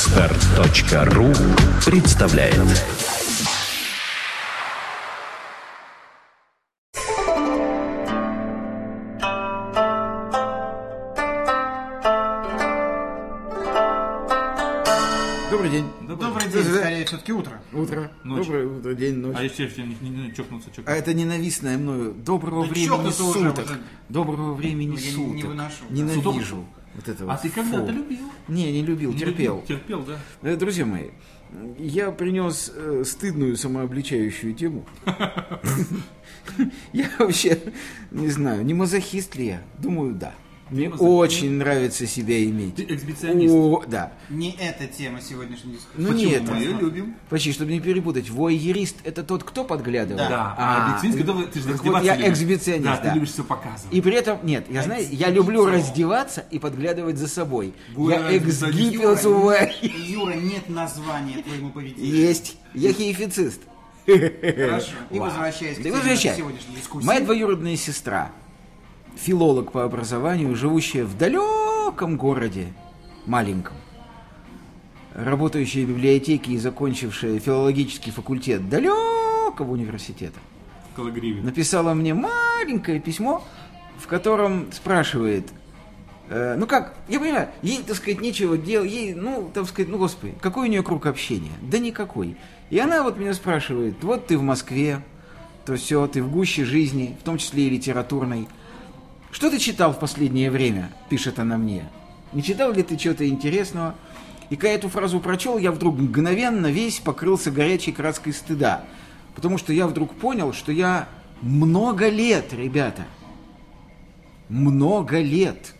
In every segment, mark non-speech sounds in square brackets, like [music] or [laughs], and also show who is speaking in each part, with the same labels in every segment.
Speaker 1: Отстар.ру представляет
Speaker 2: Добрый день.
Speaker 3: Добрый
Speaker 2: Да,
Speaker 3: день.
Speaker 2: да, Скорее, все-таки утро.
Speaker 3: Утро.
Speaker 2: Ночь.
Speaker 3: Доброе утро, день, ночь.
Speaker 2: А если все не, не- не чокнуться,
Speaker 3: А
Speaker 2: чокнуться.
Speaker 3: это ненавистное мною доброго
Speaker 2: Да Ну чё
Speaker 3: времени
Speaker 2: ты тоже
Speaker 3: суток.
Speaker 2: уже?
Speaker 3: Доброго времени
Speaker 2: я не-
Speaker 3: суток.
Speaker 2: не выношу.
Speaker 3: Ненавижу.
Speaker 2: Суток?
Speaker 3: Вот это
Speaker 2: А
Speaker 3: вот.
Speaker 2: ты
Speaker 3: Фу.
Speaker 2: когда-то любил?
Speaker 3: Не, не любил,
Speaker 2: Не
Speaker 3: терпел.
Speaker 2: любил, Терпел, да.
Speaker 3: Э, Друзья мои, я принес э, стыдную
Speaker 2: [laughs]
Speaker 3: самообличающую тему. Я вообще не знаю, не мазохист ли я? Думаю, да. Мне
Speaker 2: мазохист.
Speaker 3: очень нравится себя
Speaker 2: Ты
Speaker 3: иметь.
Speaker 2: эксбиционист.
Speaker 3: О, да.
Speaker 4: Не эта тема сегодняшней дискуссии.
Speaker 3: Ну
Speaker 2: Почему?
Speaker 3: нет,
Speaker 2: Мы
Speaker 4: Мы ее
Speaker 2: Ясно.
Speaker 4: любим.
Speaker 3: почти, чтобы не перепутать. Воерист это тот, кто подглядывает.
Speaker 4: Да.
Speaker 2: Да. А, эксбиционист, когда вы- ты же
Speaker 3: Так вот,
Speaker 2: раздеваться
Speaker 3: я
Speaker 2: любишь.
Speaker 3: эксбиционист,
Speaker 2: Да,
Speaker 3: да.
Speaker 2: ты любишь все показывать.
Speaker 3: И при этом, нет, я знаю, я люблю раздеваться и подглядывать за собой.
Speaker 2: Бура,
Speaker 3: я
Speaker 4: Юра,
Speaker 3: эксгипиоцувай.
Speaker 4: нет- Юра, нет названия твоему поведению.
Speaker 3: Есть. Я хеефицист.
Speaker 4: Хорошо. И
Speaker 3: Ладно.
Speaker 4: возвращаясь к
Speaker 3: Да
Speaker 4: теме
Speaker 3: возвращай.
Speaker 4: нашей сегодняшней дискуссии.
Speaker 3: Моя двоюродная сестра, филолог по образованию, живущая в далеком городе, маленьком, работающая в библиотеке и закончившая филологический факультет далекого университета,
Speaker 2: Кологривин.
Speaker 3: написала мне маленькое письмо, в котором спрашивает, э, ну как, я понимаю, ей, так сказать, нечего делать, ей, ну, так сказать, ну, господи, какой у нее круг общения? Да никакой. И она вот меня спрашивает, вот ты в Москве, то все, ты в гуще жизни, в том числе и литературной. Что ты читал в последнее время, пишет она мне. Не читал ли ты чего-то интересного? И когда я эту фразу прочел, я вдруг мгновенно весь покрылся горячей краской стыда. Потому что я вдруг понял, что я много лет, ребята, много лет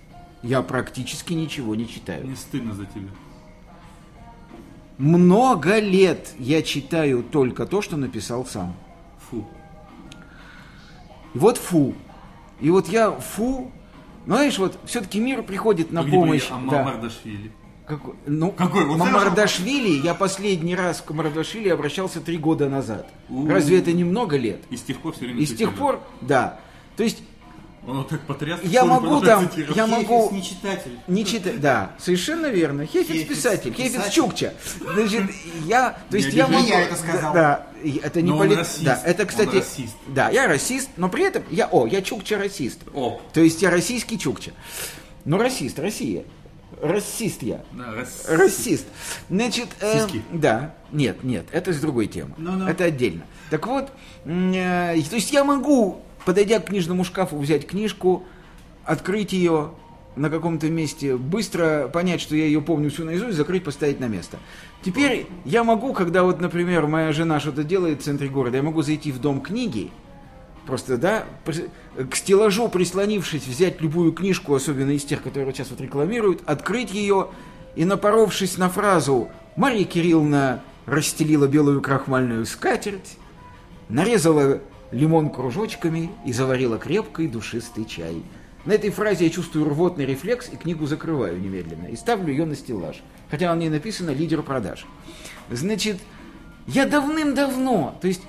Speaker 3: я практически ничего не читаю.
Speaker 2: Не стыдно за тебя.
Speaker 3: Много лет я читаю только то, что написал сам.
Speaker 2: Фу.
Speaker 3: И вот фу. И вот я фу. Ну, знаешь, вот все-таки мир приходит на
Speaker 2: Как
Speaker 3: помощь.
Speaker 2: А
Speaker 3: да.
Speaker 2: Мамардашвили.
Speaker 3: Какой? Ну,
Speaker 2: Какой? Вот это
Speaker 3: Мамардашвили, я последний раз к Мамардашвили обращался три года назад.
Speaker 2: У.
Speaker 3: Разве это не много лет?
Speaker 2: И с тех пор все время
Speaker 3: И с тех
Speaker 2: цитирует.
Speaker 3: пор, да. То есть
Speaker 2: Он вот так потряс. типа,
Speaker 3: Я
Speaker 2: что он
Speaker 3: могу
Speaker 2: продолжает
Speaker 3: там-
Speaker 2: цитировать.
Speaker 3: я
Speaker 4: Хефис
Speaker 3: могу-
Speaker 4: не читатель.
Speaker 3: не читать, да, совершенно верно. Хефиц
Speaker 4: Хефиц
Speaker 3: писатель, Хефиц
Speaker 4: писатель.
Speaker 3: Чукча. Значит, я, то есть
Speaker 2: Не
Speaker 3: я
Speaker 2: обижай.
Speaker 3: могу,
Speaker 4: Не я это сказал.
Speaker 3: да, да, и это не
Speaker 2: Но он
Speaker 3: поли-
Speaker 2: расист.
Speaker 3: да, это
Speaker 2: Он
Speaker 3: кстати,
Speaker 2: расист.
Speaker 3: да, я расист, но при этом я, о, я Чукча расист.
Speaker 2: О,
Speaker 3: То есть я российский Чукча, но расист, Россия, расист я.
Speaker 2: да, раз.
Speaker 3: Расист. Значит, э,
Speaker 2: Сиськи.
Speaker 3: да, нет, нет, это с другой темы.
Speaker 4: Ну-ну.
Speaker 3: Это отдельно. Так вот, м, э, то есть я могу, подойдя к книжному шкафу, взять книжку, открыть ее на каком-то месте, быстро понять, что я ее помню всю наизусть, закрыть, поставить на место. Теперь я могу, когда вот, например, моя жена что-то делает в центре города, я могу зайти в дом книги, Просто, да, при- к стеллажу прислонившись, взять любую книжку, особенно из тех, которые сейчас вот рекламируют, открыть ее и, напоровшись на фразу «Мария Кирилловна расстелила белую крахмальную скатерть», нарезала лимон кружочками и заварила крепкий душистый чай. На этой фразе я чувствую рвотный рефлекс и книгу закрываю немедленно и ставлю ее на стеллаж. Хотя на ней написано «Лидер продаж». Значит, я давным-давно, то есть,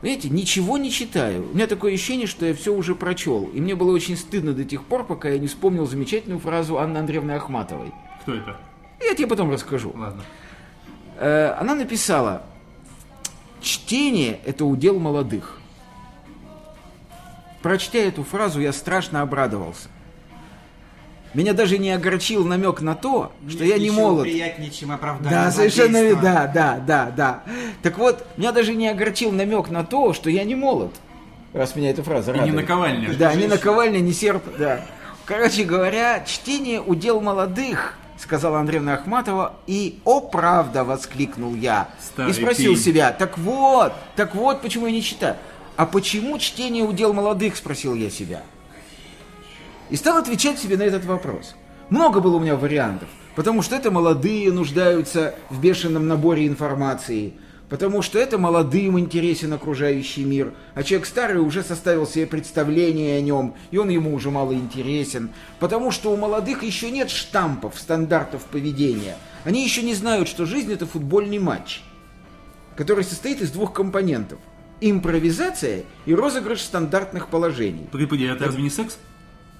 Speaker 3: понимаете, ничего не читаю. У меня такое ощущение, что я все уже прочел. И мне было очень стыдно до тех пор, пока я не вспомнил замечательную фразу Анны Андреевны Ахматовой.
Speaker 2: Кто это?
Speaker 3: Я тебе потом расскажу.
Speaker 2: Ладно.
Speaker 3: Э, она написала, чтение – это удел молодых. Прочтя эту фразу, я страшно обрадовался. Меня даже не огорчил намек на то, что я не
Speaker 4: Ничего
Speaker 3: молод.
Speaker 4: приятнее, чем оправдание.
Speaker 3: Да, совершенно верно.
Speaker 4: злодейства.
Speaker 3: Да, да, да, да. Так вот, меня даже не огорчил намек на то, что я не молод. Раз меня эта фраза
Speaker 2: И не
Speaker 3: радует.
Speaker 2: наковальня.
Speaker 3: Да, не наковальня, не серп, да. Короче говоря, чтение удел молодых, сказала Андреевна Ахматова, и о правда воскликнул я.
Speaker 2: Старый
Speaker 3: и спросил
Speaker 2: пень.
Speaker 3: себя, так вот, так вот, почему я не читаю. А почему чтение удел молодых, спросил я себя. И стал отвечать себе на этот вопрос. Много было у меня вариантов. Потому что это молодые нуждаются в бешеном наборе информации. Потому что это молодым интересен окружающий мир. А человек старый уже составил себе представление о нем, и он ему уже мало интересен. Потому что у молодых еще нет штампов, стандартов поведения. Они еще не знают, что жизнь – это футбольный матч который состоит из двух компонентов. Импровизация и розыгрыш стандартных положений.
Speaker 2: а Погоди, погоди, это разве не секс?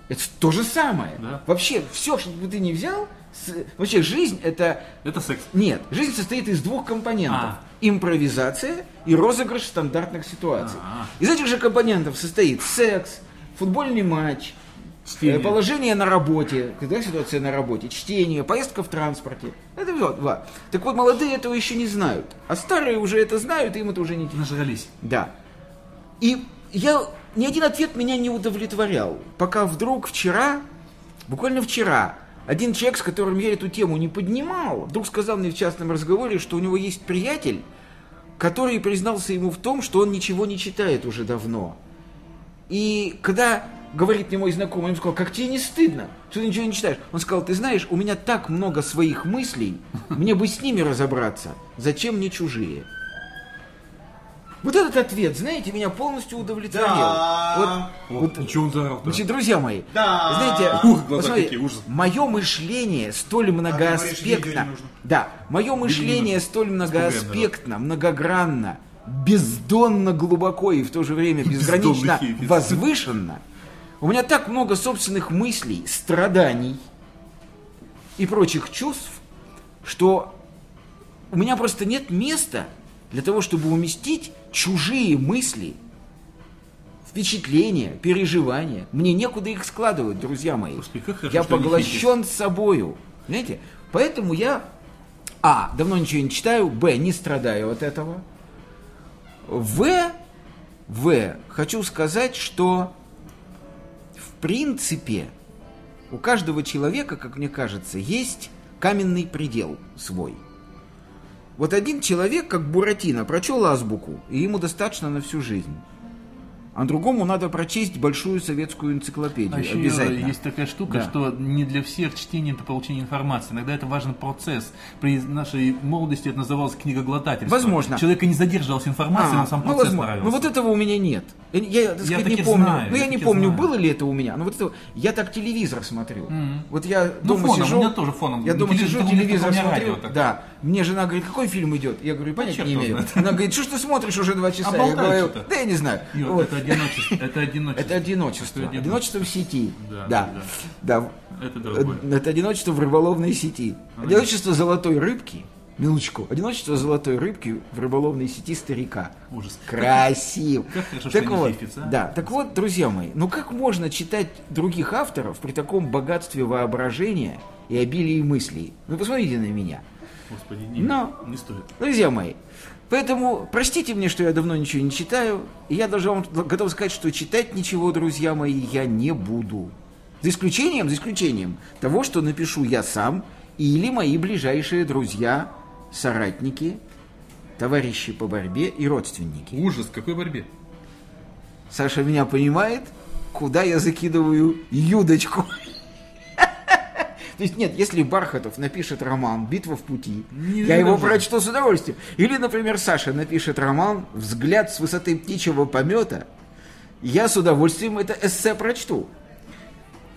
Speaker 3: Это то же самое.
Speaker 2: Да.
Speaker 3: Вообще, все, что бы ты не взял, с- вообще жизнь это...
Speaker 2: Это секс.
Speaker 3: Нет, жизнь состоит из двух компонентов.
Speaker 2: А.
Speaker 3: Импровизация и розыгрыш стандартных ситуаций.
Speaker 2: А.
Speaker 3: Из этих же компонентов состоит секс, футбольный матч,
Speaker 2: Чтение.
Speaker 3: э, положение на работе, когда ситуация на работе, чтение, поездка в транспорте. Это все. два. Так вот, молодые этого еще не знают. А старые уже это знают, и им это уже не
Speaker 2: Нажрались.
Speaker 3: да. И я ни один ответ меня не удовлетворял, пока вдруг вчера, буквально вчера, один человек, с которым я эту тему не поднимал, вдруг сказал мне в частном разговоре, что у него есть приятель, который признался ему в том, что он ничего не читает уже давно. И когда говорит мне мой знакомый, он сказал, как тебе не стыдно, что ты ничего не читаешь? Он сказал, ты знаешь, у меня так много своих мыслей, мне бы с ними разобраться, зачем мне чужие? Вот этот ответ, знаете, меня полностью удовлетворил.
Speaker 4: Да.
Speaker 3: Вот-
Speaker 2: Вот,
Speaker 3: вот-
Speaker 2: ничего он заорал
Speaker 3: Значит, друзья мои,
Speaker 4: Да. ну,
Speaker 3: знаете,
Speaker 2: Ух, глаза
Speaker 3: посмотрите,
Speaker 2: какие, ужас.
Speaker 3: мое мышление столь
Speaker 4: говоришь, А, видео
Speaker 3: многоаспектно,
Speaker 4: не нужно.
Speaker 3: да, мое мышление столь многоаспектно, многогранно, бездонно глубоко и в то же время безгранично
Speaker 2: Бездонный хейфиц.
Speaker 3: возвышенно. У меня так много собственных мыслей, страданий и прочих чувств, что у меня просто нет места для того, чтобы уместить чужие мысли, впечатления, переживания. Мне некуда их складывать, друзья мои.
Speaker 2: Господи, как хорошо,
Speaker 3: я
Speaker 2: что они
Speaker 3: поглощен собою. Понимаете? Поэтому я А. Давно ничего не читаю. Б. Не страдаю от этого. В. В. Хочу сказать, что в принципе у каждого человека, как мне кажется, есть каменный предел свой. Вот один человек, как Буратино, прочел азбуку, и ему достаточно на всю жизнь. А другому надо прочесть большую советскую энциклопедию.
Speaker 5: А еще
Speaker 3: обязательно.
Speaker 5: есть такая штука,
Speaker 3: Да.
Speaker 5: что не для всех чтение это получение информации. Иногда это важный процесс. При нашей молодости это называлось книгоглотательство.
Speaker 3: Возможно.
Speaker 5: Человека не задерживалась информация,
Speaker 3: А,
Speaker 5: но сам
Speaker 3: ну,
Speaker 5: процесс
Speaker 3: возможно.
Speaker 5: нравился.
Speaker 3: Ну, вот этого у меня нет. Я, я, так сказать, не
Speaker 5: таких
Speaker 3: помню.
Speaker 5: знаю,
Speaker 3: ну,
Speaker 5: я
Speaker 3: я, не
Speaker 5: таких
Speaker 3: помню,
Speaker 5: знаю.
Speaker 3: было ли это у меня. Но вот это, я так телевизор смотрю. Вот я
Speaker 5: Ну,
Speaker 3: дома
Speaker 5: фоном,
Speaker 3: сижу.
Speaker 5: у меня тоже фоном.
Speaker 3: Я
Speaker 5: Ну,
Speaker 3: дома
Speaker 5: телевизор
Speaker 3: сижу,
Speaker 5: у меня
Speaker 3: телевизор
Speaker 5: такое, у меня
Speaker 3: смотрю.
Speaker 5: радио такое.
Speaker 3: Да. Мне жена говорит, какой фильм идет? Я говорю, понятия
Speaker 5: черт
Speaker 3: не
Speaker 5: его
Speaker 3: имею.
Speaker 5: знает.
Speaker 3: Она говорит, что ж ты смотришь уже два часа?
Speaker 5: А
Speaker 3: я
Speaker 5: болтают
Speaker 3: говорю,
Speaker 5: что-то.
Speaker 3: да я не знаю.
Speaker 5: Юр,
Speaker 3: Вот.
Speaker 5: это одиночество. Это
Speaker 3: Это
Speaker 5: одиночество.
Speaker 3: одиночество.
Speaker 5: Это
Speaker 3: Одиночество в сети.
Speaker 2: Да,
Speaker 3: Да. Да.
Speaker 2: Это
Speaker 3: Э,
Speaker 2: другое.
Speaker 3: Это одиночество в рыболовной сети. Одиночество золотой рыбки. Минуточку. Одиночество золотой рыбки в рыболовной сети старика.
Speaker 5: Ужас.
Speaker 3: Красиво.
Speaker 5: Как хорошо,
Speaker 3: так
Speaker 5: что они
Speaker 3: вот,
Speaker 5: хейфицы, а?
Speaker 3: да, так вот, друзья мои, ну как можно читать других авторов при таком богатстве воображения и обилии мыслей? Ну посмотрите на меня.
Speaker 2: Господи, не,
Speaker 3: Но-
Speaker 2: не стоит.
Speaker 3: Друзья мои, поэтому простите мне, что я давно ничего не читаю. И я даже вам готов сказать, что читать ничего, друзья мои, я не буду. За исключением, за исключением того, что напишу я сам или мои ближайшие друзья, соратники, товарищи по борьбе и родственники.
Speaker 2: Ужас, какой борьбе?
Speaker 3: Саша меня понимает, куда я закидываю юдочку. То есть нет, если Бархатов напишет роман «Битва в пути», я его прочту с удовольствием. Или, например, Саша напишет роман «Взгляд с высоты птичьего помета», я с удовольствием это эссе прочту.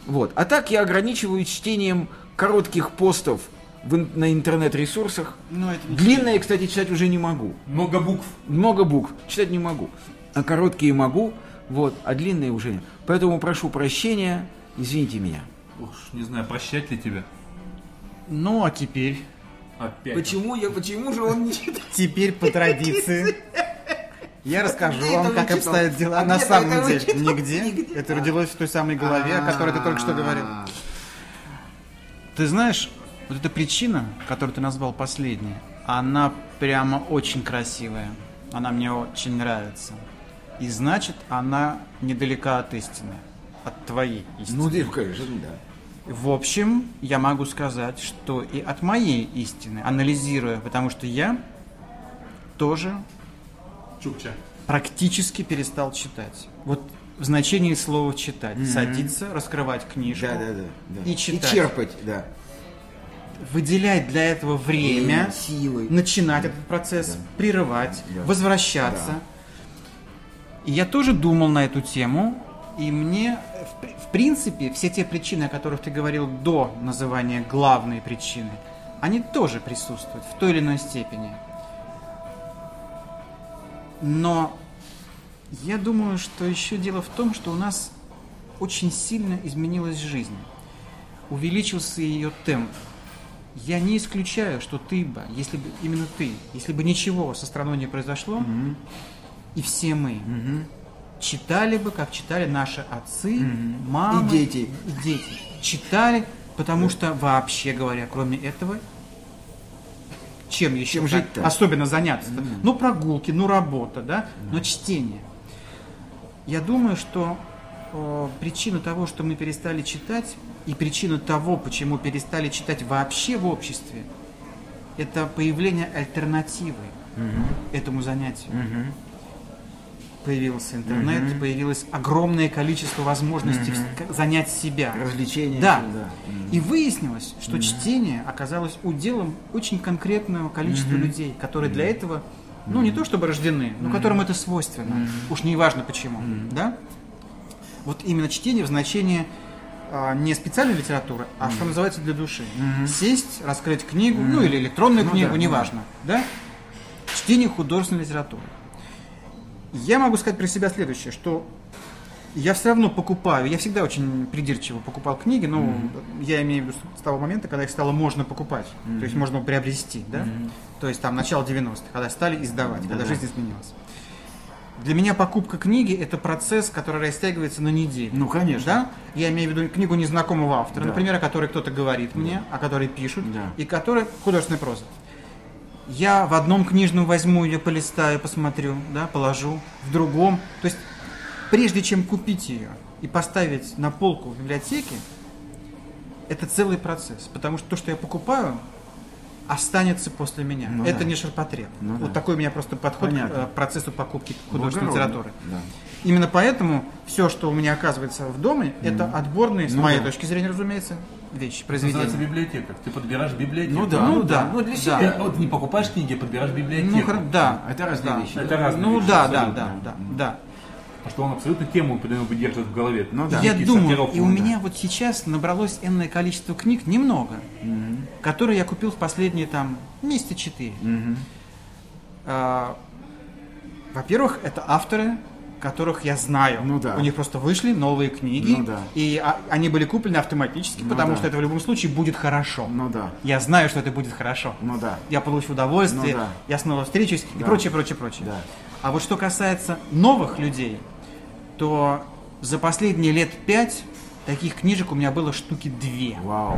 Speaker 3: Вот. А так я ограничиваю чтением коротких постов в ин- на интернет-ресурсах.
Speaker 4: Ну, это не
Speaker 3: Длинные, кстати, читать уже не могу.
Speaker 2: Много букв.
Speaker 3: Много букв. Читать не могу. А короткие могу, вот, а длинные уже нет. Поэтому прошу прощения, извините меня.
Speaker 5: Уж не знаю, прощать ли тебя.
Speaker 4: Ну, а теперь?
Speaker 2: Опять.
Speaker 3: Почему я, почему же он не читает?
Speaker 4: Теперь по традиции. Я расскажу
Speaker 3: Где
Speaker 4: вам,
Speaker 3: это
Speaker 4: как
Speaker 3: вычитал?
Speaker 4: обстоят дела.
Speaker 3: А
Speaker 4: на
Speaker 3: где ты
Speaker 4: самом
Speaker 3: это
Speaker 4: деле,
Speaker 3: вычитал?
Speaker 4: нигде.
Speaker 3: Нигде. А.
Speaker 4: Это родилось в той самой голове, о которой ты только что говорил. Ты знаешь, вот эта причина, которую ты назвал последней, она прямо очень красивая. Она мне очень нравится. И значит, она недалека от истины. От твоей истины.
Speaker 3: Ну, да, конечно, да.
Speaker 4: В общем, я могу сказать, что и от моей истины, анализируя, потому что я тоже
Speaker 2: Чукча.
Speaker 4: практически перестал читать. Вот в значении слова читать. Садиться, раскрывать книжку.
Speaker 3: Да, да, да. да.
Speaker 4: И читать.
Speaker 3: черпать, да.
Speaker 4: Выделять для этого время,
Speaker 3: Время, силы.
Speaker 4: начинать этот процесс, прерывать, возвращаться. И я тоже думал на эту тему, и мне, в при- в принципе, все те причины, о которых ты говорил до называния главной причины, они тоже присутствуют в той или иной степени. Но я думаю, что еще дело в том, что у нас очень сильно изменилась жизнь. Увеличился ее темп. Я не исключаю, что ты бы, если бы именно ты, если бы ничего со страной не произошло, и все мы читали бы, как читали наши отцы, мамы
Speaker 3: И дети.
Speaker 4: и дети. Читали, потому что вообще говоря, кроме этого, чем еще
Speaker 3: Чем
Speaker 4: так
Speaker 3: жить-то?
Speaker 4: особенно заняться? Ну прогулки, ну работа, да, но чтение. Я думаю, что э, причина того, что мы перестали читать, и причина того, почему перестали читать вообще в обществе, это появление альтернативы этому занятию. Появился интернет, появилось огромное количество возможностей вс- к- занять себя.
Speaker 3: Развлечения.
Speaker 4: Да.
Speaker 3: всё, да.
Speaker 4: И выяснилось, что чтение оказалось уделом очень конкретного количества людей, которые для этого, ну не то чтобы рождены, но которым это свойственно. Уж не важно почему, да? Вот именно чтение в значении а, не специальной литературы, а что называется для души. Сесть, раскрыть книгу, ну или электронную книгу, неважно, да? Чтение художественной литературы. Я могу сказать про себя следующее, что я все равно покупаю, я всегда очень придирчиво покупал книги, но я имею в виду с того момента, когда их стало можно покупать, то есть можно приобрести, да? То есть там начало 90-х, когда стали издавать, когда жизнь изменилась. Для меня покупка книги это процесс, который растягивается на неделю.
Speaker 3: Ну, конечно.
Speaker 4: Да? Я имею в виду книгу незнакомого автора, например, о которой кто-то говорит мне, о которой пишут,
Speaker 3: Да.
Speaker 4: и которая художественная проза. Я в одном книжном возьму ее, полистаю, посмотрю, да, положу, в другом. То есть, прежде чем купить ее и поставить на полку в библиотеке, это целый процесс. Потому что то, что я покупаю, останется после меня.
Speaker 3: Ну
Speaker 4: это
Speaker 3: да.
Speaker 4: не ширпотреб.
Speaker 3: Ну да.
Speaker 4: вот такой у меня просто подход
Speaker 3: Понятно.
Speaker 4: к э, процессу покупки художественной
Speaker 3: Благородно.
Speaker 4: литературы.
Speaker 3: Да.
Speaker 4: Именно поэтому все, что у меня оказывается в доме, это отборные, с
Speaker 3: Ну
Speaker 4: моей
Speaker 3: да.
Speaker 4: точки зрения, разумеется, вещи,
Speaker 5: Называется
Speaker 4: произведения.
Speaker 5: библиотека. Ты подбираешь библиотеку.
Speaker 3: Ну да, ну
Speaker 4: да,
Speaker 5: Ну для
Speaker 4: да.
Speaker 5: себя. Вот не покупаешь книги, а подбираешь библиотеку.
Speaker 4: Ну, хор- да.
Speaker 3: Это разные
Speaker 4: Да.
Speaker 3: вещи.
Speaker 5: Это разные
Speaker 4: Ну
Speaker 5: вещи,
Speaker 4: да, да,
Speaker 5: абсолютно.
Speaker 4: да, да, да.
Speaker 5: Потому что он абсолютно тему определенно выдерживает в голове.
Speaker 3: Ну да.
Speaker 4: Я
Speaker 5: Некий
Speaker 4: думаю,
Speaker 5: сортировку,
Speaker 4: и у
Speaker 5: да.
Speaker 4: меня вот сейчас набралось энное количество книг, немного, которые я купил в последние там месяца четыре. А, Во-первых, это авторы, которых я знаю.
Speaker 3: Ну да.
Speaker 4: У них просто вышли новые книги,
Speaker 3: Ну да. Ну
Speaker 4: и а, они были куплены автоматически, потому
Speaker 3: да.
Speaker 4: что это в любом случае будет хорошо.
Speaker 3: Ну да.
Speaker 4: Я знаю, что это будет хорошо.
Speaker 3: Ну да.
Speaker 4: я получу удовольствие,
Speaker 3: Ну да.
Speaker 4: я снова встречусь и
Speaker 3: Да.
Speaker 4: прочее, прочее, прочее.
Speaker 3: Да.
Speaker 4: А вот что касается новых людей, то за последние лет пять таких книжек у меня было штуки две.
Speaker 3: Вау.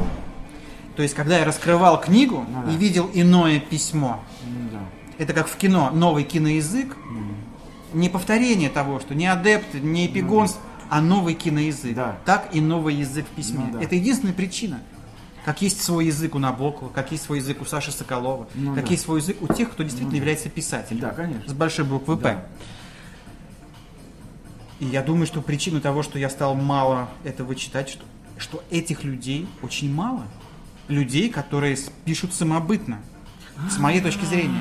Speaker 4: То есть, когда я раскрывал книгу
Speaker 3: Ну да.
Speaker 4: и видел иное письмо,
Speaker 3: Ну да.
Speaker 4: это как в кино, новый киноязык, не повторение того, что не адепт, не эпигонс, а новый киноязык.
Speaker 3: Ну Да.
Speaker 4: Так и новый язык в письме.
Speaker 3: Ну да.
Speaker 4: Это единственная причина. Как есть свой язык у Набокова, как есть свой язык у Саши Соколова,
Speaker 3: Ну
Speaker 4: как
Speaker 3: да. Ну
Speaker 4: есть свой язык у тех, кто действительно является писателем.
Speaker 3: Да, конечно.
Speaker 4: С большой буквы «П». И я думаю, что причина того, что я стал мало этого читать, что, что этих людей очень мало. Людей, которые с- пишут самобытно. С моей
Speaker 3: А.
Speaker 4: точки зрения.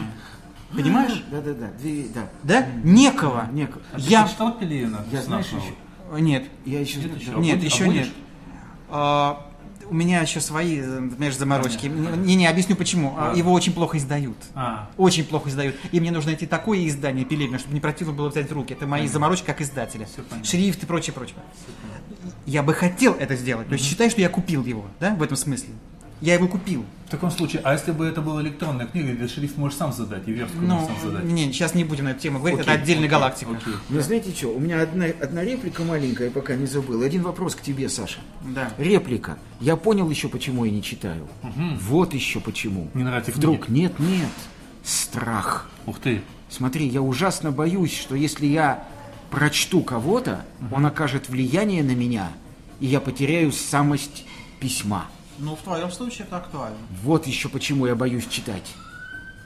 Speaker 4: Понимаешь?
Speaker 3: Да, да, да. Две, да.
Speaker 4: Да? Некого.
Speaker 3: Некого.
Speaker 5: А ты
Speaker 4: Я...
Speaker 5: прочитал Пелевина?
Speaker 3: Я, знаешь,
Speaker 5: Снапова?
Speaker 3: еще-
Speaker 4: Нет.
Speaker 3: Я еще...
Speaker 5: Нет, еще.
Speaker 4: Нет,
Speaker 5: будешь-
Speaker 4: еще
Speaker 5: а
Speaker 4: нет.
Speaker 5: будешь?
Speaker 4: А, у меня еще свои, э, знаешь, заморочки. Не, не, объясню почему. А, Его очень плохо издают.
Speaker 5: А.
Speaker 4: Очень плохо издают. И мне нужно найти такое издание Пелевина, чтобы не противно было взять в руки. Это мои заморочки как издателя. Шрифт и прочее, прочее. Я бы хотел это сделать. То есть считай, что я купил его, да, в этом смысле. Я его купил.
Speaker 5: В таком случае, а если бы это была электронная книга, где шрифт можешь сам задать, и верстку
Speaker 4: Но,
Speaker 5: можешь сам задать?
Speaker 4: Ну, не, сейчас не будем на эту тему говорить, это отдельная галактика.
Speaker 5: Окей.
Speaker 3: Ну, знаете что, у меня одна, одна реплика маленькая, пока не забыл. Один вопрос к тебе, Саша.
Speaker 4: Да.
Speaker 3: Реплика. Я понял еще, почему я не читаю. Вот еще почему.
Speaker 5: Не нравятся
Speaker 3: Вдруг, нет, нет, страх.
Speaker 5: Ух ты.
Speaker 3: Смотри, я ужасно боюсь, что если я прочту кого-то, он окажет влияние на меня, и я потеряю самость письма.
Speaker 4: Ну, в твоем случае это актуально.
Speaker 3: Вот еще почему я боюсь читать.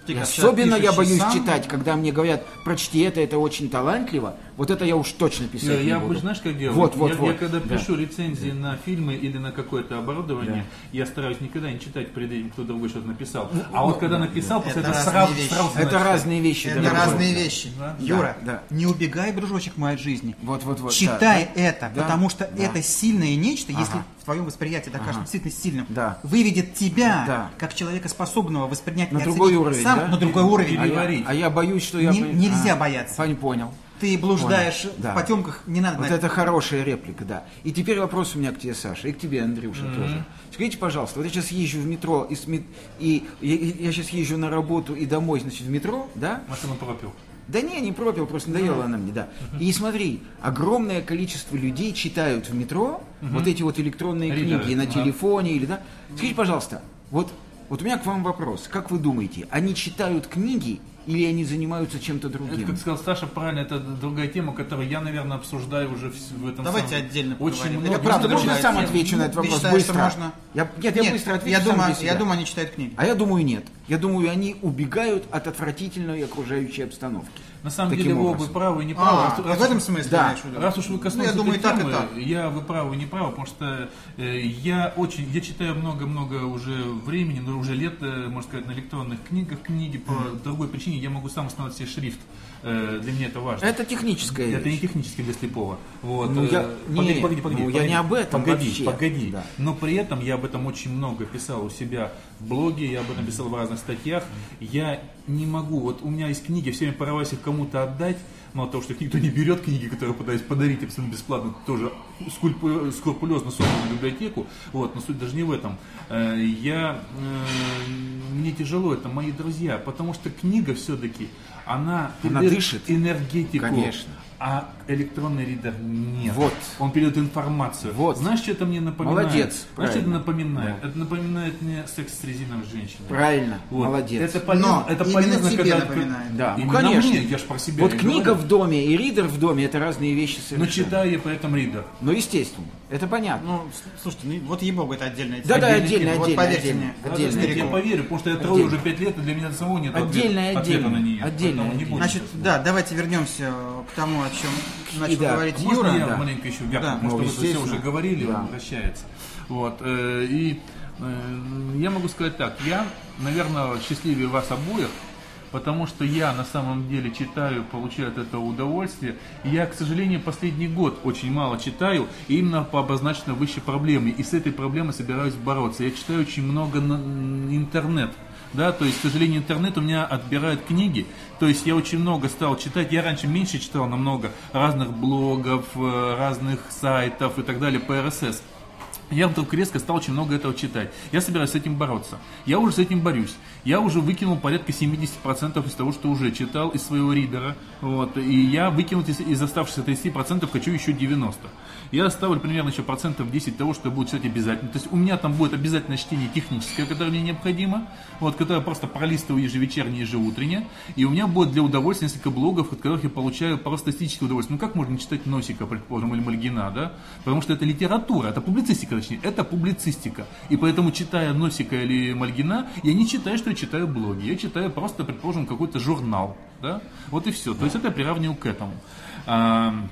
Speaker 4: Ты
Speaker 3: И
Speaker 4: как сейчас
Speaker 3: особенно я
Speaker 4: пишущий
Speaker 3: боюсь
Speaker 4: А сам,
Speaker 3: читать, когда мне говорят, прочти это, это очень талантливо. Вот это я уж точно писать
Speaker 5: Я,
Speaker 3: не
Speaker 5: я
Speaker 3: буду.
Speaker 5: обычно, знаешь, как делаю?
Speaker 3: Вот, вот,
Speaker 5: я, я
Speaker 3: вот.
Speaker 5: когда
Speaker 3: Да.
Speaker 5: пишу рецензии на фильмы или на какое-то оборудование, я стараюсь никогда не читать, прежде чем кто другой что-то написал. А вот когда написал, после
Speaker 4: Это
Speaker 5: этого
Speaker 4: разные
Speaker 5: сразу...
Speaker 4: вещи.
Speaker 5: сразу
Speaker 3: Это
Speaker 5: начинаю.
Speaker 3: разные вещи.
Speaker 4: Это
Speaker 3: дорогой.
Speaker 4: разные вещи. Юра,
Speaker 3: да.
Speaker 4: не убегай, дружочек, мой от жизни.
Speaker 3: Вот, вот, вот.
Speaker 4: Читай
Speaker 3: да, да.
Speaker 4: это,
Speaker 3: Да,
Speaker 4: потому что
Speaker 3: да.
Speaker 4: это сильное нечто, если
Speaker 3: Ага.
Speaker 4: в твоем восприятии докажется действительно сильным,
Speaker 3: Да.
Speaker 4: выведет тебя,
Speaker 3: Да.
Speaker 4: как человека, способного воспринять
Speaker 3: На
Speaker 4: и
Speaker 3: другой
Speaker 4: оценить
Speaker 3: уровень,
Speaker 4: сам
Speaker 3: да?
Speaker 4: на другой уровень.
Speaker 5: Или-
Speaker 3: А я,
Speaker 5: говорить.
Speaker 3: а я боюсь, что я...
Speaker 4: Не-
Speaker 3: бы-
Speaker 4: нельзя
Speaker 3: А,
Speaker 4: бояться.
Speaker 3: Пань понял.
Speaker 6: ты блуждаешь
Speaker 3: Понял,
Speaker 6: в
Speaker 3: да.
Speaker 6: потемках, не надо.
Speaker 3: Вот это хорошая реплика, да. И теперь вопрос у меня к тебе, Саша, и к тебе, Андрюша, тоже. Скажите, пожалуйста, вот я сейчас езжу в метро, и, с мет- и я, сейчас езжу на работу и домой, значит, в метро, да?
Speaker 5: Машину пропил.
Speaker 3: Да не, не пропил, просто надоела она мне, да. И смотри, огромное количество людей читают в метро вот эти вот электронные
Speaker 5: Ридеры,
Speaker 3: книги на
Speaker 5: да.
Speaker 3: телефоне или да. Скажите, пожалуйста, вот, вот у меня к вам вопрос. Как вы думаете, они читают книги или они занимаются чем-то
Speaker 5: Это,
Speaker 3: другим?
Speaker 5: как сказал Саша, правильно, это другая тема, которую я, наверное, обсуждаю уже в, в этом
Speaker 6: Давайте
Speaker 5: самом-
Speaker 6: отдельно
Speaker 5: Очень
Speaker 6: поговорим.
Speaker 5: много.
Speaker 6: Это
Speaker 3: Правда,
Speaker 6: Ну,
Speaker 3: можно я
Speaker 6: давайте.
Speaker 3: сам отвечу на этот
Speaker 4: Ну, ты
Speaker 3: вопрос
Speaker 4: считаешь, что
Speaker 3: быстро?
Speaker 4: можно?
Speaker 3: Я, нет, я быстро отвечу
Speaker 4: я
Speaker 3: сам
Speaker 4: думаю,
Speaker 3: для себя.
Speaker 4: я думаю, они читают книги.
Speaker 3: А я думаю, нет. Я думаю, они убегают от отвратительной окружающей обстановки.
Speaker 5: На самом
Speaker 3: Таким
Speaker 5: деле, вы
Speaker 3: образом.
Speaker 5: оба правы и не правы.
Speaker 4: А,
Speaker 5: Раз-
Speaker 4: в этом смысле,
Speaker 3: Да.
Speaker 4: имеешь в виду?
Speaker 5: Раз уж вы коснулись
Speaker 4: Ну, я думаю,
Speaker 5: этой
Speaker 4: и так, и
Speaker 5: темы,
Speaker 4: так.
Speaker 5: я вы правы, вы не правы, потому что э, я очень, я читаю много-много уже времени, но уже лет, э, можно сказать, на электронных книгах, книги по другой причине, я могу сам устанавливать себе шрифт, Э, для меня это важно.
Speaker 3: Это техническая
Speaker 5: Это не
Speaker 3: вещь.
Speaker 5: технически для слепого. Вот.
Speaker 3: Ну,
Speaker 5: э,
Speaker 3: я-
Speaker 5: Погоди,
Speaker 3: не,
Speaker 5: погоди, погоди,
Speaker 3: ну, я
Speaker 5: погоди.
Speaker 3: не об этом
Speaker 5: Погоди,
Speaker 3: вообще.
Speaker 5: погоди.
Speaker 3: Да.
Speaker 5: Но при этом я об этом очень много писал у себя в блоге, я об этом писал в разных статьях. Я не могу, вот у меня есть книги, все время порываюсь их кому-то отдать, мало того, что их никто не берет, книги, которые я пытаюсь подарить абсолютно бесплатно, тоже скульпу- скрупулезно собранную библиотеку, вот, но суть даже не в этом. Э, Я, э, мне тяжело, это мои друзья, потому что книга все-таки, она,
Speaker 3: Она
Speaker 5: энер-
Speaker 3: дышит.
Speaker 5: энергетику.
Speaker 3: Конечно.
Speaker 5: А электронный ридер нет.
Speaker 3: Вот.
Speaker 5: Он передает информацию.
Speaker 3: Вот.
Speaker 5: Знаешь, что это мне напоминает?
Speaker 3: Молодец,
Speaker 5: Знаешь, что это
Speaker 3: правильно.
Speaker 5: напоминает? Это напоминает мне секс с резиновой женщиной.
Speaker 3: Правильно,
Speaker 5: Вот.
Speaker 3: молодец.
Speaker 5: Это полезно,
Speaker 4: Но
Speaker 5: это
Speaker 4: именно
Speaker 5: полезно,
Speaker 4: тебе
Speaker 5: когда...
Speaker 4: напоминает.
Speaker 3: Да, ну,
Speaker 5: Именно
Speaker 3: конечно.
Speaker 5: мне, я ж про себя
Speaker 3: вот
Speaker 5: и
Speaker 3: книга
Speaker 5: говорю.
Speaker 3: в доме и ридер в доме это разные вещи
Speaker 5: Но
Speaker 3: совершенно.
Speaker 5: читаю я при этом ридер.
Speaker 3: Ну, естественно, это понятно.
Speaker 4: Ну, с- слушайте, ну, вот ей-богу, это отдельная тема.
Speaker 3: Да, да,
Speaker 4: тема.
Speaker 3: отдельно,
Speaker 4: Вот
Speaker 3: отдельно,
Speaker 4: поверьте
Speaker 3: отдельно,
Speaker 4: мне.
Speaker 5: Я
Speaker 3: отдельно.
Speaker 5: тебе поверю, потому что я трою уже пять лет, и для меня самого нет ответа-
Speaker 3: Отдельно,
Speaker 5: ответа
Speaker 3: отдельно.
Speaker 5: на нее.
Speaker 3: Отдельно,
Speaker 5: Поэтому не
Speaker 3: отдельно.
Speaker 5: буду
Speaker 4: Значит,
Speaker 5: сейчас.
Speaker 4: да, давайте вернемся к тому, о чем начал
Speaker 3: да,
Speaker 4: говорить
Speaker 5: Можно
Speaker 4: Юра.
Speaker 5: я
Speaker 3: да.
Speaker 5: маленько еще вякну,
Speaker 4: Да,
Speaker 5: потому
Speaker 3: ну,
Speaker 5: что вы все
Speaker 3: естественно.
Speaker 5: уже говорили,
Speaker 3: Да.
Speaker 5: он возвращается. Вот, э, и э, я могу сказать так, я, наверное, счастливее вас обоих, потому что я на самом деле читаю, получаю от этого удовольствие. И Я, к сожалению, последний год очень мало читаю, и именно по обозначенно выше проблеме, и с этой проблемой собираюсь бороться. Я читаю очень много на- м, интернет. Да, то есть, к сожалению, интернет у меня отбирает книги. То есть я очень много стал читать. Я раньше меньше читал намного разных блогов, э, разных сайтов и так далее по РСС. Я вдруг резко стал очень много этого читать. Я собираюсь с этим бороться. Я уже с этим борюсь. Я уже выкинул порядка 70% из того, что уже читал из своего ридера. Вот. И я выкинуть из, из оставшихся 30% хочу еще 90%. Я оставлю примерно еще процентов 10 того, что я буду читать обязательно. То есть у меня там будет обязательно чтение техническое, которое мне необходимо. Вот, которое я просто пролистываю ежевечернее, ежеутреннее. И у меня будет для удовольствия несколько блогов, от которых я получаю просто эстетическое удовольствие. Ну как можно не читать Носика, предположим, или Мальгина, да? Потому что это литература, это публицистика, точнее, это публицистика. И поэтому, читая Носика или Мальгина, я не читаю, что я читаю блоги, я читаю просто, предположим, какой-то журнал, да? Вот и все. То есть это я приравниваю к этому. Ам,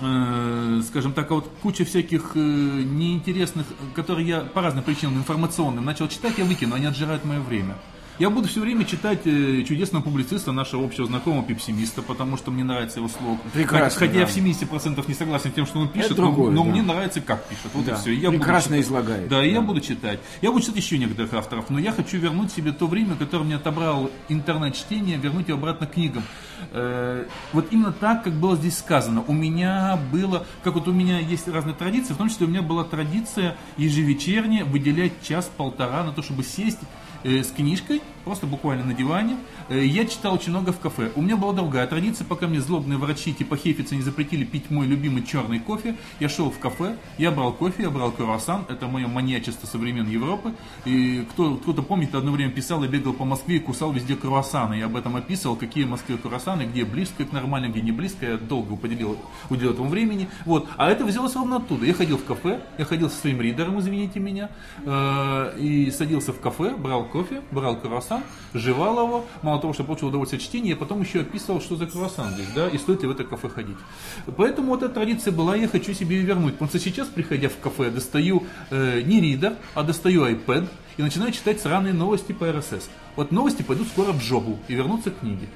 Speaker 5: э, скажем так, а вот куча всяких э, неинтересных, которые я по разным причинам информационным начал читать, я выкину, они отжирают мое время. Я буду все время читать э, чудесного публициста, нашего общего знакомого пепсимиста, потому что мне нравится его слог.
Speaker 3: Прекрасно,
Speaker 5: Хотя
Speaker 3: да.
Speaker 5: я в 70% не согласен с тем, что он пишет,
Speaker 3: Это
Speaker 5: но,
Speaker 3: другое,
Speaker 5: но
Speaker 3: да.
Speaker 5: мне нравится, как пишет. Вот и
Speaker 3: Да.
Speaker 5: все. Я буду
Speaker 3: Прекрасно
Speaker 5: читать.
Speaker 3: излагает.
Speaker 5: Да, и я буду читать. Я буду читать еще некоторых авторов, но я хочу вернуть себе то время, которое мне отобрал интернет-чтение, вернуть его обратно к книгам. Э, вот именно так, как было здесь сказано. У меня было, как вот у меня есть разные традиции, в том числе у меня была традиция ежевечерне выделять час-полтора на то, чтобы сесть э, с книжкой, просто буквально на диване. Э, Я читал очень много в кафе. У меня была другая традиция, пока мне злобные врачи типа Хейфица не запретили пить мой любимый черный кофе. Я шел в кафе, я брал кофе, я брал круассан. Это мое маньячество современной Европы. И кто, кто-то помнит, одно время писал, я бегал по Москве и кусал везде круассаны. Я об этом описывал, какие в Москве круассаны, где близко к нормальным, где не близко. Я долго поделил, уделил этому времени. Вот. А это взялось ровно оттуда. Я ходил в кафе, я ходил со своим ридером, извините меня, э, и садился в кафе, брал кофе, брал круассан, жевал его. Мало того, что получил удовольствие от чтения, я потом еще описывал, что за круассан здесь, да, и стоит ли в это кафе ходить. Поэтому вот эта традиция была, и я хочу себе ее вернуть. Потому что сейчас, приходя в кафе, я достаю э, не ридер, а достаю iPad и начинаю читать сраные новости по РСС. Вот новости пойдут скоро в жопу и вернутся к книге.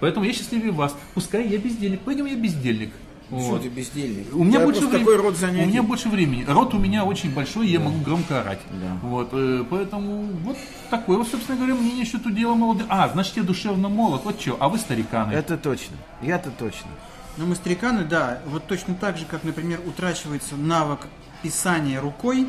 Speaker 5: Поэтому я счастливее вас. Пускай я бездельник. Поэтому я бездельник.
Speaker 3: Что ты бездельник?
Speaker 5: Ну, У меня,
Speaker 3: тебя
Speaker 5: больше
Speaker 3: просто
Speaker 5: времени,
Speaker 3: такой род
Speaker 5: у
Speaker 3: занятий.
Speaker 5: меня больше времени. Рот у меня очень большой, я могу громко орать. Вот, э, поэтому вот такое вот, собственно говоря, мнение, что тут дело молодое. А, значит, я душевно молод. Вот что, а вы стариканы.
Speaker 6: Это точно. Я-то точно.
Speaker 4: Ну, мастериканы, да, вот точно так же, как, например, утрачивается навык писания рукой,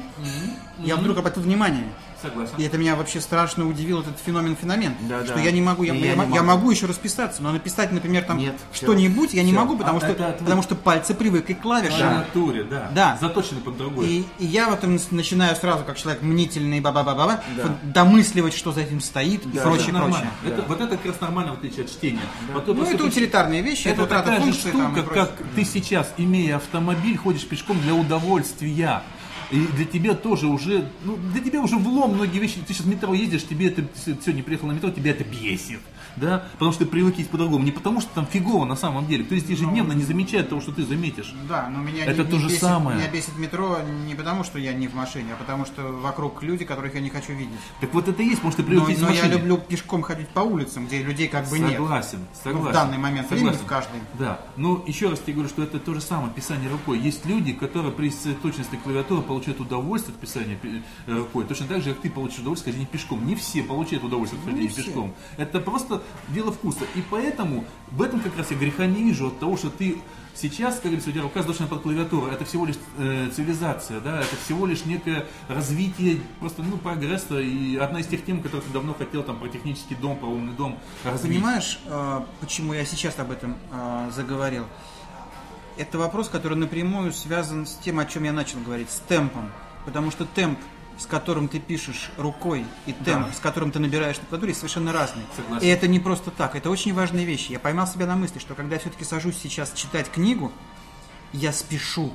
Speaker 4: я вдруг обратил внимание,
Speaker 5: Согласен.
Speaker 4: и это меня вообще страшно удивил, этот феномен-феномен,
Speaker 6: Да,
Speaker 4: что
Speaker 6: да.
Speaker 4: я не могу, я,
Speaker 6: И
Speaker 4: я
Speaker 6: я не
Speaker 4: мо- я
Speaker 6: могу.
Speaker 4: могу еще расписаться, но написать, например, там
Speaker 6: Нет, всё.
Speaker 4: что-нибудь я не
Speaker 6: Всё.
Speaker 4: могу, потому,
Speaker 5: А,
Speaker 4: что,
Speaker 5: это отвык.
Speaker 4: потому что пальцы привыкли к
Speaker 5: В
Speaker 4: клавишам.
Speaker 5: натуре, да.
Speaker 4: Да.
Speaker 5: Заточены под другое.
Speaker 4: И, и я вот начинаю сразу, как человек мнительный, ба-ба-ба-ба, вот домысливать, что за этим стоит и
Speaker 5: Это
Speaker 4: прочее,
Speaker 5: нормально.
Speaker 4: прочее.
Speaker 5: Это- Вот это как раз нормально, в отличие от чтения. Вот
Speaker 4: Ну,
Speaker 5: просто
Speaker 4: это
Speaker 5: очень-
Speaker 4: утилитарные вещи, это,
Speaker 5: Это
Speaker 4: утрата
Speaker 5: такая же
Speaker 4: функции. там, и
Speaker 5: штука,
Speaker 4: прочее.
Speaker 5: как ты сейчас, имея автомобиль, ходишь пешком для удовольствия. И для тебя тоже уже, ну, для тебя уже влом многие вещи. Ты сейчас в метро ездишь, тебе это, ты сегодня приехал на метро, тебя это бесит. Да? Потому что ты привык ездить по-другому. Не потому что там фигово на самом деле. Кто
Speaker 4: Ну.
Speaker 5: здесь ежедневно не замечает того, что ты заметишь.
Speaker 4: Да, но меня
Speaker 5: Это
Speaker 4: не,
Speaker 5: то
Speaker 4: не
Speaker 5: же
Speaker 4: бесит,
Speaker 5: самое.
Speaker 4: Меня бесит метро не потому, что я не в машине, а потому что вокруг люди, которых я не хочу видеть.
Speaker 5: Так вот это и есть, потому что ты привык
Speaker 4: Но,
Speaker 5: ездить в
Speaker 4: но я
Speaker 5: машине.
Speaker 4: люблю пешком ходить по улицам, где людей как бы нет.
Speaker 5: Согласен, согласен.
Speaker 4: Ну, в данный момент времени, в каждый.
Speaker 5: Да. Но еще раз тебе говорю, что это то же самое писание рукой. Есть люди, которые при точности клавиатуры получают удовольствие от писания пи- э, рукой. Точно так же, как ты получишь удовольствие от хождения пешком. Не все получают удовольствие от хождения пешком. Это просто дело вкуса. И поэтому в этом как раз я греха не вижу от того, что ты сейчас, как говорится, у тебя рука заточена под клавиатуру. Это всего лишь э, цивилизация, да, это всего лишь некое развитие просто, ну, прогресса. И одна из тех тем, которые ты давно хотел, там, про технический дом, про умный дом развить.
Speaker 4: Понимаешь, э, почему я сейчас об этом э, заговорил? Это вопрос, который напрямую связан с тем, о чем я начал говорить, с темпом. Потому что темп, с которым ты пишешь рукой, и темп, с которым ты набираешь на клавиатуре, совершенно разные.
Speaker 5: Согласен.
Speaker 4: И это не просто так, это очень важные вещи. Я поймал себя на мысли, что когда я все-таки сажусь сейчас читать книгу, я спешу.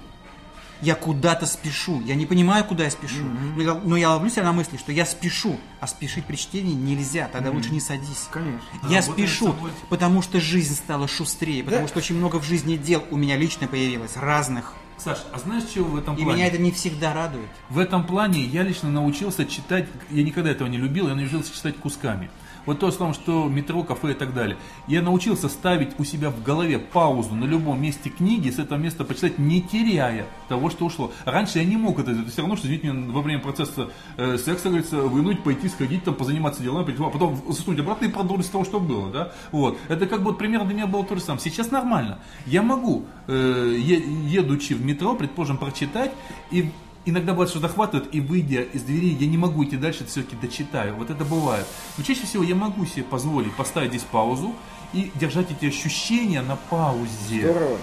Speaker 4: Я куда-то спешу. Я не понимаю, куда я спешу. Но, я, но я ловлю себя на мысли, что я спешу. А спешить при чтении нельзя. Тогда лучше не садись. Конечно. Я спешу, потому что жизнь стала шустрее. Потому что очень много в жизни дел у меня лично появилось. Разных.
Speaker 5: Саш, а знаешь, чего в этом
Speaker 4: И
Speaker 5: плане?
Speaker 4: меня это не всегда радует.
Speaker 5: В этом плане я лично научился читать, я никогда этого не любил, я научился читать кусками. Вот то, том, что метро, кафе и так далее. Я научился ставить у себя в голове паузу на любом месте книги, с этого места почитать, не теряя того, что ушло. Раньше я не мог это сделать. Все равно, что, извините меня, во время процесса э, секса, говорится, вынуть, пойти, сходить, там, позаниматься делами, прийти, а потом заснуть обратно и продолжить с того, что было. Да? Вот. Это как бы вот примерно для меня было то же самое. Сейчас нормально. Я могу, э, е- едучи в метро, предположим, прочитать и Иногда бывает, что захватывают, и выйдя из двери, я не могу идти дальше, все-таки дочитаю. Вот это бывает. Но чаще всего я могу себе позволить поставить здесь паузу и держать эти ощущения на паузе.
Speaker 3: Здорово.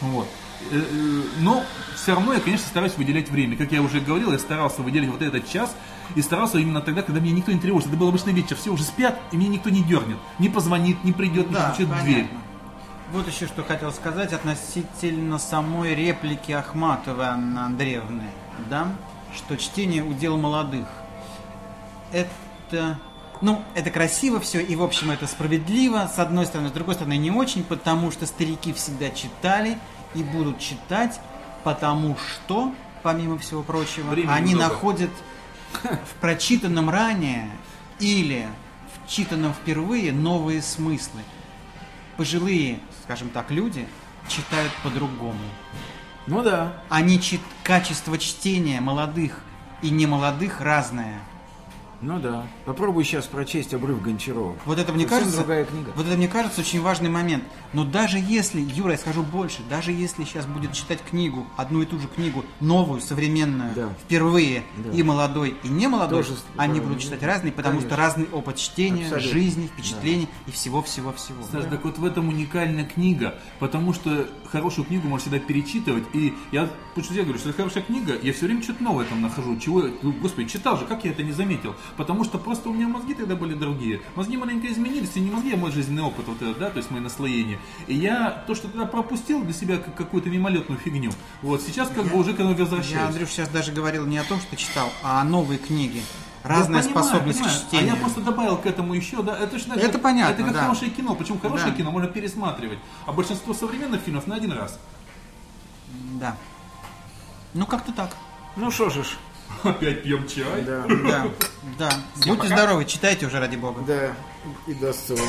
Speaker 5: Вот. Э, э, Но все равно я, конечно, стараюсь выделять время. Как я уже говорил, я старался выделять вот этот час и старался именно тогда, когда меня никто не тревожит. Это был обычный вечер, все уже спят, и меня никто не дернет, не позвонит, не придет, не
Speaker 4: Да,
Speaker 5: включит
Speaker 4: понятно.
Speaker 5: дверь.
Speaker 4: Вот еще что хотел сказать относительно самой реплики Ахматовой Анны Андреевны, да, что чтение удел молодых. Это, ну, это красиво все, и в общем это справедливо, с одной стороны, с другой стороны не очень, потому что старики всегда читали и будут читать, потому что, помимо всего прочего,
Speaker 5: Времени
Speaker 4: они
Speaker 5: много.
Speaker 4: находят в прочитанном ранее или в читанном впервые новые смыслы пожилые, скажем так, люди читают по-другому.
Speaker 6: Ну да.
Speaker 4: Они чит... качество чтения молодых и немолодых разное.
Speaker 6: Ну да. Попробуй сейчас прочесть обрыв Гончарова.
Speaker 4: Вот это мне
Speaker 6: Совсем
Speaker 4: кажется.
Speaker 6: другая книга.
Speaker 4: Вот это мне кажется очень важный момент. Но даже если, Юра, я скажу больше, даже если сейчас будет читать книгу, одну и ту же книгу, новую, современную,
Speaker 6: Да.
Speaker 4: впервые, и молодой, и не молодой,
Speaker 6: Тоже с-
Speaker 4: они
Speaker 6: да,
Speaker 4: будут
Speaker 6: ну,
Speaker 4: читать разные, потому что разный опыт чтения,
Speaker 6: Абсолютно.
Speaker 4: жизни, впечатлений и всего-всего-всего.
Speaker 5: Саш, так вот в этом уникальна книга, потому что хорошую книгу можно всегда перечитывать. И я почему я говорю, что это хорошая книга, я все время что-то новое там нахожу. Чего, я- ну, господи, читал же, как я это не заметил? Потому что просто у меня мозги тогда были другие. Мозги маленько изменились, и не мозги, а мой жизненный опыт, вот этот, да, то есть мои наслоения. И я то, что тогда пропустил для себя как какую-то мимолетную фигню. Вот сейчас как бы уже к этому
Speaker 4: Я,
Speaker 5: возвращаюсь.
Speaker 4: Андрюш, сейчас даже говорил не о том, что читал, а о новой книге. Разная
Speaker 5: Я понимаю,
Speaker 4: способность
Speaker 5: понимаю.
Speaker 4: к чтению.
Speaker 5: А я просто добавил к этому еще, да, это точно так
Speaker 4: Это
Speaker 5: же-
Speaker 4: понятно,
Speaker 5: Это как
Speaker 4: да.
Speaker 5: хорошее кино, причем хорошее
Speaker 4: Да.
Speaker 5: кино можно пересматривать, а большинство современных фильмов на один раз. [laughs]
Speaker 4: Да. Ну,
Speaker 6: [coughs]
Speaker 4: как-то так.
Speaker 6: Ну что же ж.
Speaker 5: Опять пьем чай.
Speaker 6: Да.
Speaker 4: Да, да. Будьте здоровы, читайте уже, ради бога.
Speaker 6: Да. И дастся вам.